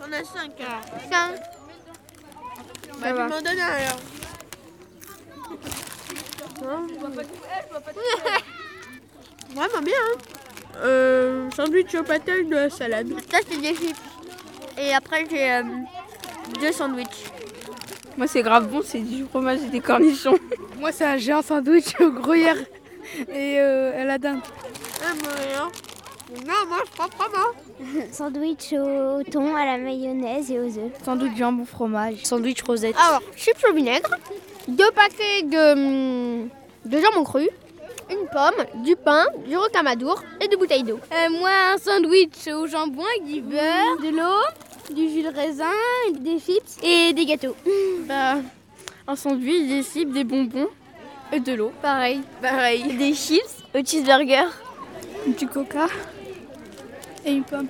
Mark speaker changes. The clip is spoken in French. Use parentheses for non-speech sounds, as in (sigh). Speaker 1: On a 5.
Speaker 2: Tiens,
Speaker 1: Bah,
Speaker 2: va.
Speaker 1: tu m'en donnes un alors.
Speaker 2: Hein
Speaker 1: Vraiment bah, bien. Hein. Euh, sandwich aux pâtes, une salade.
Speaker 2: ça c'est des chips. Et après j'ai euh, deux sandwichs.
Speaker 3: Moi, c'est grave bon, c'est du fromage et des cornichons.
Speaker 4: Moi, c'est un géant sandwich au gruyère et euh, à la dinde.
Speaker 1: Ah, moi, alors. Non, moi je prends vraiment.
Speaker 5: Sandwich au thon, à la mayonnaise et aux œufs.
Speaker 4: Sans doute jambon fromage.
Speaker 3: Sandwich rosette.
Speaker 2: Alors, chips au vinaigre, deux paquets de, hum, de jambon cru, une pomme, du pain, du rocamadour et deux bouteilles d'eau. Euh, moi, un sandwich au jambon avec du beurre, de l'eau, du jus de raisin, des chips et des gâteaux.
Speaker 3: (laughs) Bah, un sandwich, des chips, des bonbons et de l'eau.
Speaker 2: Pareil.
Speaker 3: Pareil.
Speaker 2: Des chips au cheeseburger.
Speaker 4: Du coca et une pomme.